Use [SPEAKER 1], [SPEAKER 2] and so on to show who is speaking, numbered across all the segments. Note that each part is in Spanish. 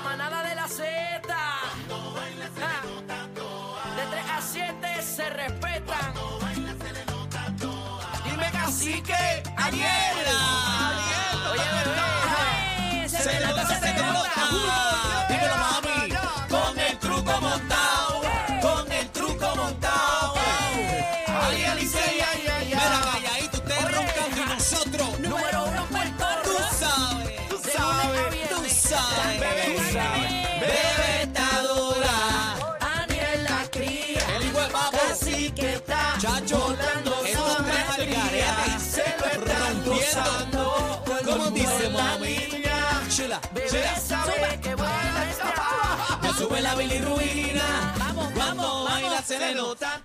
[SPEAKER 1] manada de la Z. Ah. De 3 a 7 se respetan. Dime cacique, Ariel. Oye, bebé. Se nota, se te nota. Dímelo, mami. Con el truco montado. Con el truco montado. Ariel y Celia. Mira, calladito, ustedes roncando y nosotros. Número uno, Puerto Rico. Tú sabes. Tú sabes. Tú sabes. Bebé, tú sabes. Bebé está dura. Aniel la cría. El hijo de papo. Así que está. Chacho. Volando Estos tres malgaretes se lo están gozando. Como dice mami. Chula. Bebé sabe que baila esta. Me sube la bilirruina. Vamos, vamos, baila se le nota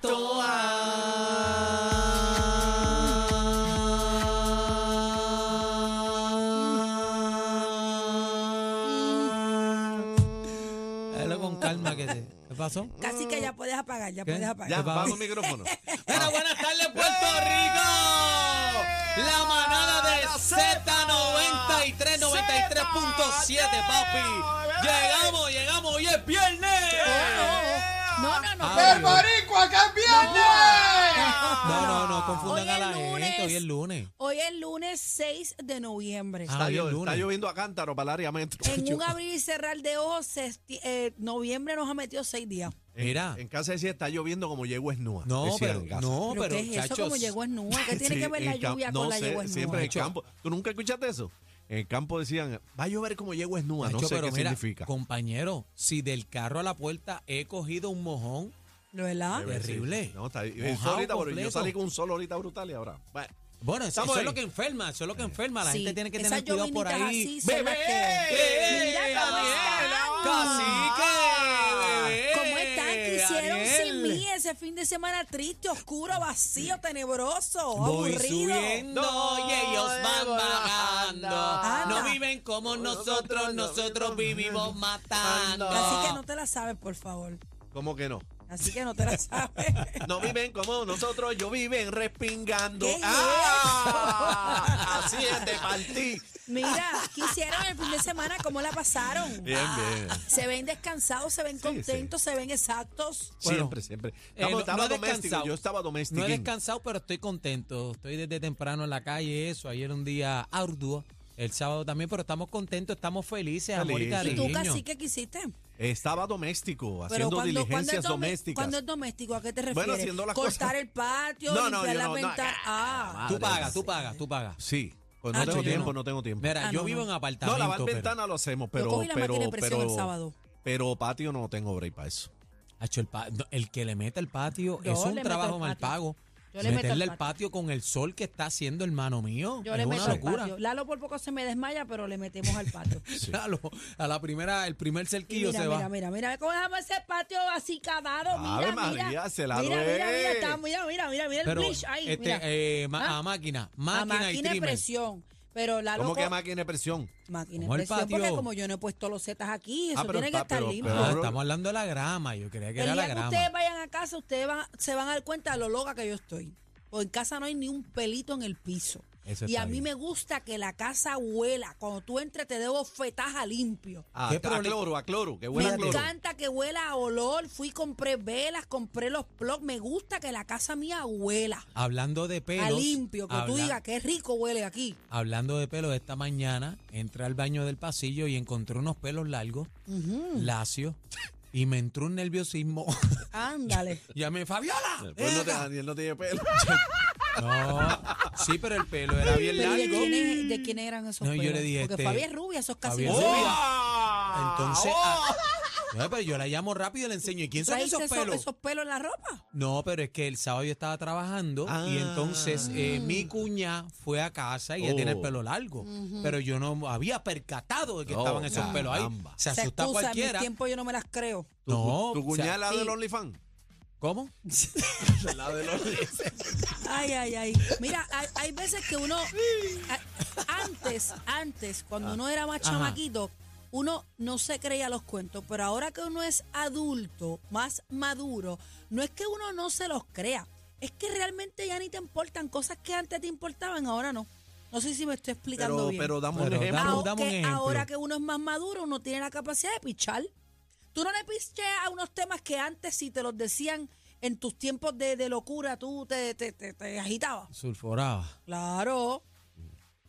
[SPEAKER 2] Hazlo con calma que se. ¿Qué pasó?
[SPEAKER 3] Casi que ya puedes apagar, ya puedes apagar.
[SPEAKER 4] Ya,
[SPEAKER 2] ¿Qué pasa?
[SPEAKER 4] vamos al micrófono. Ah.
[SPEAKER 2] Bueno, buenas tardes, Puerto Rico.
[SPEAKER 4] ¡Eh!
[SPEAKER 2] La manada de Z93, 93.7, papi. Llegamos, llegamos, hoy es viernes.
[SPEAKER 4] ¡Eh!
[SPEAKER 3] No, no, no.
[SPEAKER 2] Ah, Dios.
[SPEAKER 3] no,
[SPEAKER 2] No, no, no,
[SPEAKER 3] Hoy
[SPEAKER 2] confundan a
[SPEAKER 3] es
[SPEAKER 2] la gente,
[SPEAKER 3] lunes.
[SPEAKER 2] hoy es lunes.
[SPEAKER 3] Hoy es lunes 6 de noviembre.
[SPEAKER 2] Ah,
[SPEAKER 4] Está,
[SPEAKER 2] hoy es
[SPEAKER 4] llo-
[SPEAKER 2] lunes.
[SPEAKER 4] está lloviendo a cántaro para el área metro.
[SPEAKER 3] En un abrir y cerrar de ojos, se esti- eh, noviembre nos ha metido seis días.
[SPEAKER 2] Mira.
[SPEAKER 4] En casa decía está lloviendo como yegua es nua.
[SPEAKER 2] No,
[SPEAKER 4] decían
[SPEAKER 2] pero,
[SPEAKER 4] en casa.
[SPEAKER 2] no,
[SPEAKER 3] ¿Pero
[SPEAKER 2] pero,
[SPEAKER 3] qué es eso?
[SPEAKER 2] chachos,
[SPEAKER 3] ¿Cómo llegó es nube? ¿Qué tiene
[SPEAKER 4] Sí,
[SPEAKER 3] que ver la
[SPEAKER 4] en cam-
[SPEAKER 3] lluvia
[SPEAKER 4] no
[SPEAKER 3] con la
[SPEAKER 4] sé,
[SPEAKER 3] yegua es
[SPEAKER 4] Siempre en el
[SPEAKER 2] Chacho.
[SPEAKER 4] campo. ¿Tú nunca escuchaste eso? En el campo decían, va a llover como yegua es nua. No
[SPEAKER 2] chacho,
[SPEAKER 4] sé
[SPEAKER 2] pero
[SPEAKER 4] qué
[SPEAKER 2] mira,
[SPEAKER 4] significa.
[SPEAKER 2] compañero, si del carro a la puerta he cogido un mojón,
[SPEAKER 3] ¿Verdad?
[SPEAKER 4] Debe ser.
[SPEAKER 2] terrible.
[SPEAKER 4] No, está
[SPEAKER 2] Mojado
[SPEAKER 4] el sol ahorita, pero yo
[SPEAKER 2] completo.
[SPEAKER 4] salí con un sol ahorita brutal y ahora. Bueno,
[SPEAKER 2] bueno, eso,
[SPEAKER 4] Estamos
[SPEAKER 2] eso
[SPEAKER 4] ahí.
[SPEAKER 2] es lo que enferma, eso es lo que enferma. La
[SPEAKER 3] Sí,
[SPEAKER 2] gente tiene que
[SPEAKER 3] esas
[SPEAKER 2] tener cuidado por
[SPEAKER 3] llovinitas
[SPEAKER 2] ahí.
[SPEAKER 3] así son las que-
[SPEAKER 2] ¡Bebé!
[SPEAKER 3] Mira cómo están.
[SPEAKER 2] ¡Cacique! ¡Bebé!
[SPEAKER 3] ¿Cómo están? ¿Qué hicieron sin
[SPEAKER 2] Ariel.
[SPEAKER 3] mí ese fin de semana triste, oscuro, vacío, tenebroso,
[SPEAKER 2] Voy
[SPEAKER 3] aburrido?
[SPEAKER 2] subiendo y ellos van bajando. No viven como nosotros, nosotros vivimos matando.
[SPEAKER 3] Así que no te la sabes, por favor.
[SPEAKER 4] ¿cómo que no?
[SPEAKER 3] Así que no te la sabes.
[SPEAKER 4] No viven como nosotros, yo viven respingando.
[SPEAKER 3] ¿Qué es
[SPEAKER 4] ¡Ah! Así es, te partí.
[SPEAKER 3] Mira, ¿qué hicieron el fin de semana? ¿Cómo la pasaron? Ah,
[SPEAKER 4] Bien, bien.
[SPEAKER 3] Se ven descansados, se ven contentos, se ven exactos.
[SPEAKER 2] Bueno,
[SPEAKER 4] siempre, siempre.
[SPEAKER 2] Eh,
[SPEAKER 4] Estamos-
[SPEAKER 2] no-
[SPEAKER 4] estaba
[SPEAKER 2] no he
[SPEAKER 4] doméstico,
[SPEAKER 2] descansado.
[SPEAKER 4] yo estaba doméstico.
[SPEAKER 2] No he descansado, pero estoy contento. Estoy desde temprano en la calle, eso. Ayer un día arduo. El sábado también, pero estamos contentos, estamos felices, amor y
[SPEAKER 4] Felices.
[SPEAKER 3] ¿Y tú,
[SPEAKER 2] cariño.
[SPEAKER 3] casi que quisiste?
[SPEAKER 4] Estaba doméstico,
[SPEAKER 3] Pero
[SPEAKER 4] haciendo
[SPEAKER 3] cuando, cuando, es
[SPEAKER 4] diligencias
[SPEAKER 3] dome-
[SPEAKER 4] domésticas.
[SPEAKER 3] cuando es doméstico, ¿a qué te refieres?
[SPEAKER 4] Bueno, haciendo las
[SPEAKER 3] Cortar
[SPEAKER 4] cosas.
[SPEAKER 3] el patio,
[SPEAKER 4] No, no,
[SPEAKER 3] limpiar
[SPEAKER 4] yo
[SPEAKER 3] las
[SPEAKER 4] no, no,
[SPEAKER 3] ventanas. ah,
[SPEAKER 2] Tú
[SPEAKER 4] Madre
[SPEAKER 2] pagas,
[SPEAKER 4] mía.
[SPEAKER 2] tú pagas, tú pagas.
[SPEAKER 4] Sí, pues no
[SPEAKER 3] Ah,
[SPEAKER 4] tengo
[SPEAKER 3] yo no.
[SPEAKER 4] tiempo, no tengo tiempo.
[SPEAKER 2] Mira,
[SPEAKER 3] Ah,
[SPEAKER 2] yo
[SPEAKER 3] no,
[SPEAKER 2] vivo
[SPEAKER 3] no.
[SPEAKER 2] en
[SPEAKER 4] no,
[SPEAKER 2] apartamento.
[SPEAKER 4] lavar
[SPEAKER 2] pero-
[SPEAKER 4] ventana lo hacemos, pero
[SPEAKER 3] cogí la
[SPEAKER 4] pero
[SPEAKER 3] máquina de presión
[SPEAKER 4] pero
[SPEAKER 3] el sábado.
[SPEAKER 4] pero patio no tengo break para eso.
[SPEAKER 2] Hacho, el, pa- no, el que le meta el patio
[SPEAKER 3] Yo
[SPEAKER 2] es
[SPEAKER 3] le
[SPEAKER 2] un
[SPEAKER 3] meto
[SPEAKER 2] trabajo
[SPEAKER 3] el
[SPEAKER 2] mal
[SPEAKER 3] patio.
[SPEAKER 2] pago.
[SPEAKER 3] Yo le meto
[SPEAKER 2] Meterle
[SPEAKER 3] el
[SPEAKER 2] el patio con el sol que está haciendo, hermano mío.
[SPEAKER 3] yo
[SPEAKER 2] es
[SPEAKER 3] le
[SPEAKER 2] una
[SPEAKER 3] meto
[SPEAKER 2] locura.
[SPEAKER 3] al patio. Lalo por poco se me desmaya, pero le metemos al patio.
[SPEAKER 2] Claro, a la primera, el primer
[SPEAKER 3] Y
[SPEAKER 2] cerquillo
[SPEAKER 3] mira,
[SPEAKER 2] se va.
[SPEAKER 3] mira, mira, mira, cómo dejamos ese patio así cavado.
[SPEAKER 4] Ave
[SPEAKER 3] Mira,
[SPEAKER 4] María,
[SPEAKER 3] mira,
[SPEAKER 4] se la
[SPEAKER 3] mira, mira, mira,
[SPEAKER 4] duele.
[SPEAKER 3] está- mira, mira, mira, mira el
[SPEAKER 2] Pero
[SPEAKER 3] bleach ahí,
[SPEAKER 2] este,
[SPEAKER 3] mira.
[SPEAKER 2] eh, ma-
[SPEAKER 3] ¿Ah?
[SPEAKER 2] a máquina,
[SPEAKER 3] A
[SPEAKER 2] máquina, y
[SPEAKER 3] máquina de
[SPEAKER 2] trimmer.
[SPEAKER 3] presión. Pero Lalo
[SPEAKER 4] ¿Cómo que
[SPEAKER 3] co-
[SPEAKER 4] máquina de presión?
[SPEAKER 3] Máquina
[SPEAKER 2] Como
[SPEAKER 3] de
[SPEAKER 2] el
[SPEAKER 3] presión,
[SPEAKER 2] patio.
[SPEAKER 3] porque como yo no he puesto los setas aquí, eso
[SPEAKER 4] Ah, pero
[SPEAKER 3] tiene que
[SPEAKER 4] está-
[SPEAKER 3] estar
[SPEAKER 4] pero-
[SPEAKER 3] limpio.
[SPEAKER 2] Ah,
[SPEAKER 4] Pero-
[SPEAKER 2] estamos hablando de la grama, yo creía que
[SPEAKER 3] El
[SPEAKER 2] era la
[SPEAKER 3] día que
[SPEAKER 2] grama.
[SPEAKER 3] ustedes vayan a casa, ustedes van- se van a dar cuenta de lo loca que yo estoy. Porque en casa no hay ni un pelito en el piso.
[SPEAKER 2] Eso
[SPEAKER 3] y
[SPEAKER 2] está
[SPEAKER 3] a mí
[SPEAKER 2] bien.
[SPEAKER 3] me gusta que la casa huela. Cuando tú entres, te debo fetaja limpio.
[SPEAKER 4] Ah,
[SPEAKER 2] ¿Qué
[SPEAKER 4] a
[SPEAKER 2] problema?
[SPEAKER 4] cloro, a cloro, que
[SPEAKER 3] Me
[SPEAKER 4] huele a cloro.
[SPEAKER 3] encanta que huela a olor. Fui, compré velas, compré los plugs. Me gusta que la casa mía huela
[SPEAKER 2] Hablando de pelos.
[SPEAKER 3] a limpio. Que tú
[SPEAKER 2] habla-
[SPEAKER 3] digas, qué rico huele aquí.
[SPEAKER 2] Hablando de pelos, esta mañana entré al baño del pasillo y encontré unos pelos largos, lacios, y me entró un nerviosismo.
[SPEAKER 3] Ándale.
[SPEAKER 2] Llamé, Fabiola.
[SPEAKER 4] Después no
[SPEAKER 2] ven
[SPEAKER 4] te,
[SPEAKER 2] acá".
[SPEAKER 4] Daniel no tiene pelo.
[SPEAKER 2] No, sí, pero el pelo era bien
[SPEAKER 3] Pero ¿y ¿de,
[SPEAKER 2] largo.
[SPEAKER 3] quién es- de quién eran esos
[SPEAKER 2] No, yo
[SPEAKER 3] pelos?
[SPEAKER 2] le dije,
[SPEAKER 3] Porque
[SPEAKER 2] este,
[SPEAKER 3] Fabi es rubia, esos casi
[SPEAKER 2] Fabi es
[SPEAKER 3] rubia.
[SPEAKER 2] rubia.
[SPEAKER 4] ¡Ah!
[SPEAKER 2] Entonces,
[SPEAKER 4] ¡Oh!
[SPEAKER 2] No, pero yo la llamo rápido y le enseño. ¿Y quién son
[SPEAKER 3] ¿Traíste
[SPEAKER 2] esos pelos?
[SPEAKER 3] esos pelos en la ropa?
[SPEAKER 2] No, pero es que el sábado yo estaba trabajando y
[SPEAKER 4] Ah.
[SPEAKER 2] entonces eh, mi cuña fue a casa y ella tiene el
[SPEAKER 4] Oh.
[SPEAKER 2] pelo largo. Pero yo no había percatado de que
[SPEAKER 4] Oh,
[SPEAKER 2] estaban esos pelos ahí.
[SPEAKER 4] caramba.
[SPEAKER 2] Se
[SPEAKER 3] Esa
[SPEAKER 2] asusta
[SPEAKER 3] excusa, En
[SPEAKER 2] cualquiera.
[SPEAKER 3] mis tiempos yo no me las creo.
[SPEAKER 4] ¿Tu,
[SPEAKER 2] No,
[SPEAKER 4] ¿Tu
[SPEAKER 2] o sea,
[SPEAKER 4] cuñada la
[SPEAKER 3] sí.
[SPEAKER 4] del OnlyFans?
[SPEAKER 2] ¿Cómo?
[SPEAKER 4] La del OnlyFans.
[SPEAKER 3] Ay, ay, ay. Mira, hay, hay veces que uno. a- Antes, antes, cuando uno era más
[SPEAKER 2] Ah, Ajá.
[SPEAKER 3] chamaquito, uno no se creía los cuentos, pero ahora que uno es adulto, más maduro, no es que uno no se los crea, es que realmente ya ni te importan cosas que antes te importaban, ahora no. No sé si me estoy explicando
[SPEAKER 4] Pero,
[SPEAKER 3] bien. Ah,
[SPEAKER 4] pero dame un
[SPEAKER 2] Pero
[SPEAKER 4] ejemplo.
[SPEAKER 2] dame-
[SPEAKER 3] Ahora
[SPEAKER 2] un
[SPEAKER 3] que-
[SPEAKER 2] ejemplo.
[SPEAKER 3] Ahora que uno es más maduro, uno tiene la capacidad de pichar. Tú no le picheas a unos temas que antes, si te los decían en tus tiempos de, de locura, tú te, te, te- te agitabas.
[SPEAKER 2] Sulforaba.
[SPEAKER 3] Claro.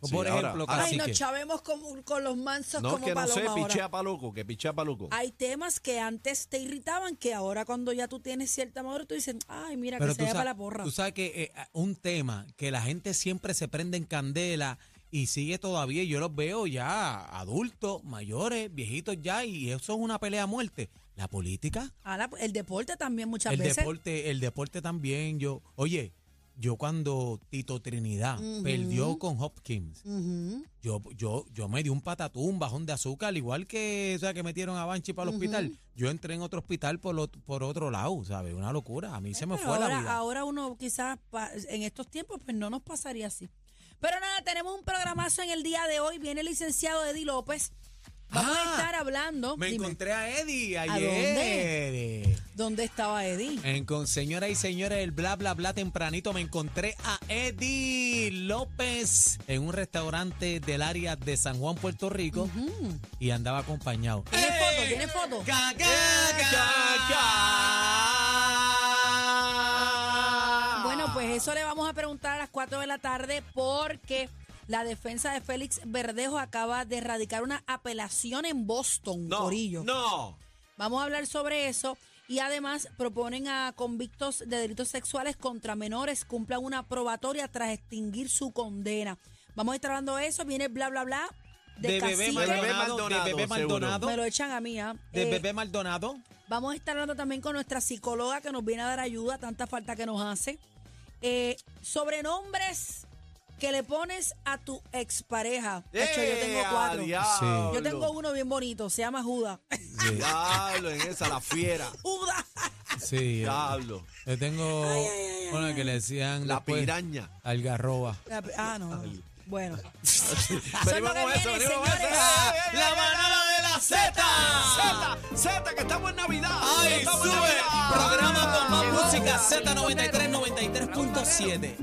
[SPEAKER 4] Sí,
[SPEAKER 2] Por
[SPEAKER 4] ahora-
[SPEAKER 2] ejemplo,
[SPEAKER 4] ahora-
[SPEAKER 3] Ay,
[SPEAKER 2] cacique.
[SPEAKER 3] nos chavemos con, con los mansos
[SPEAKER 4] No,
[SPEAKER 3] como
[SPEAKER 4] que no sé,
[SPEAKER 3] paloma ahora.
[SPEAKER 4] pichea paluco, que pichea paluco.
[SPEAKER 3] Hay temas que antes te irritaban que ahora cuando ya tú tienes cierta madurez tú dices, ay, mira, que se vaya
[SPEAKER 2] sa-
[SPEAKER 3] para la porra.
[SPEAKER 2] tú sabes que eh, un tema que la gente siempre se prende en candela y sigue todavía, y yo los veo ya adultos, mayores, viejitos ya, y eso es una pelea a muerte. La política,
[SPEAKER 3] Ahora, Ah, el deporte también muchas
[SPEAKER 2] el
[SPEAKER 3] veces.
[SPEAKER 2] deporte, el deporte también. Yo, oye, yo cuando Tito Trinidad perdió con Hopkins,
[SPEAKER 3] Ujú.
[SPEAKER 2] yo, yo, yo me di un patatú, un bajón de azúcar, al igual que, o sea, que metieron a Banchi para el hospital. Yo entré en otro hospital por, lo- por otro lado, ¿sabes? Una locura. A mí se me
[SPEAKER 3] Pero
[SPEAKER 2] fue
[SPEAKER 3] ahora,
[SPEAKER 2] la vida.
[SPEAKER 3] ahora uno quizás pa- en estos tiempos pues no nos pasaría así. Pero nada, tenemos un programazo en el día de hoy. Viene el licenciado Eddie López. Vamos a
[SPEAKER 2] Ah,
[SPEAKER 3] estar hablando.
[SPEAKER 2] Me
[SPEAKER 3] Oh, Dime,
[SPEAKER 2] encontré a Eddie ayer.
[SPEAKER 3] ¿Dónde estaba Eddie?
[SPEAKER 2] En con señoras y señores, el bla bla bla tempranito me encontré a Eddie López en un restaurante del área de San Juan, Puerto Rico, y andaba acompañado.
[SPEAKER 3] ¿Tiene foto? ¿Tiene foto?
[SPEAKER 2] Ga, ga, ga, ga.
[SPEAKER 3] Bueno, pues eso le vamos a preguntar a las 4 de la tarde porque la defensa de Félix Verdejo acaba de erradicar una apelación en Boston,
[SPEAKER 4] no,
[SPEAKER 3] Corillo.
[SPEAKER 4] no.
[SPEAKER 3] Vamos a hablar sobre eso. Y además proponen a convictos de delitos sexuales contra menores cumplan una probatoria tras extinguir su condena. Vamos a estar hablando de eso. Viene bla, bla, bla. De,
[SPEAKER 2] De bebé
[SPEAKER 3] cacique.
[SPEAKER 2] Maldonado, de bebé
[SPEAKER 4] Bebé Maldonado,
[SPEAKER 2] Maldonado,
[SPEAKER 3] Me lo echan a mí, ¿ah?
[SPEAKER 2] de
[SPEAKER 3] Eh,
[SPEAKER 2] bebé Maldonado.
[SPEAKER 3] Vamos a estar hablando también con nuestra psicóloga que nos viene a dar ayuda, tanta falta que nos hace. Eh, sobrenombres que le pones a tu expareja. De hecho, yo tengo
[SPEAKER 4] ¡Eh,
[SPEAKER 3] cuatro.
[SPEAKER 4] a diablo!
[SPEAKER 3] Yo tengo uno bien bonito, se llama Judas.
[SPEAKER 4] Diablo, en esa, la fiera.
[SPEAKER 3] Judas.
[SPEAKER 2] Sí, Ah.
[SPEAKER 4] Diablo.
[SPEAKER 2] yo tengo bueno, que le decían
[SPEAKER 4] La
[SPEAKER 2] después,
[SPEAKER 4] piraña.
[SPEAKER 2] Algarroba.
[SPEAKER 3] Ah, no. Bueno.
[SPEAKER 4] Pero
[SPEAKER 3] lo
[SPEAKER 4] íbamos
[SPEAKER 3] que
[SPEAKER 4] a eso,
[SPEAKER 3] viene,
[SPEAKER 4] venimos a eso.
[SPEAKER 3] señores.
[SPEAKER 4] La manada de la Z. Z, Z, que estamos en Navidad.
[SPEAKER 2] ¡Ay,
[SPEAKER 4] Estamos en
[SPEAKER 2] sube!
[SPEAKER 4] Navidad.
[SPEAKER 2] Programa con más
[SPEAKER 4] Llegó.
[SPEAKER 2] música Z93, 93.7.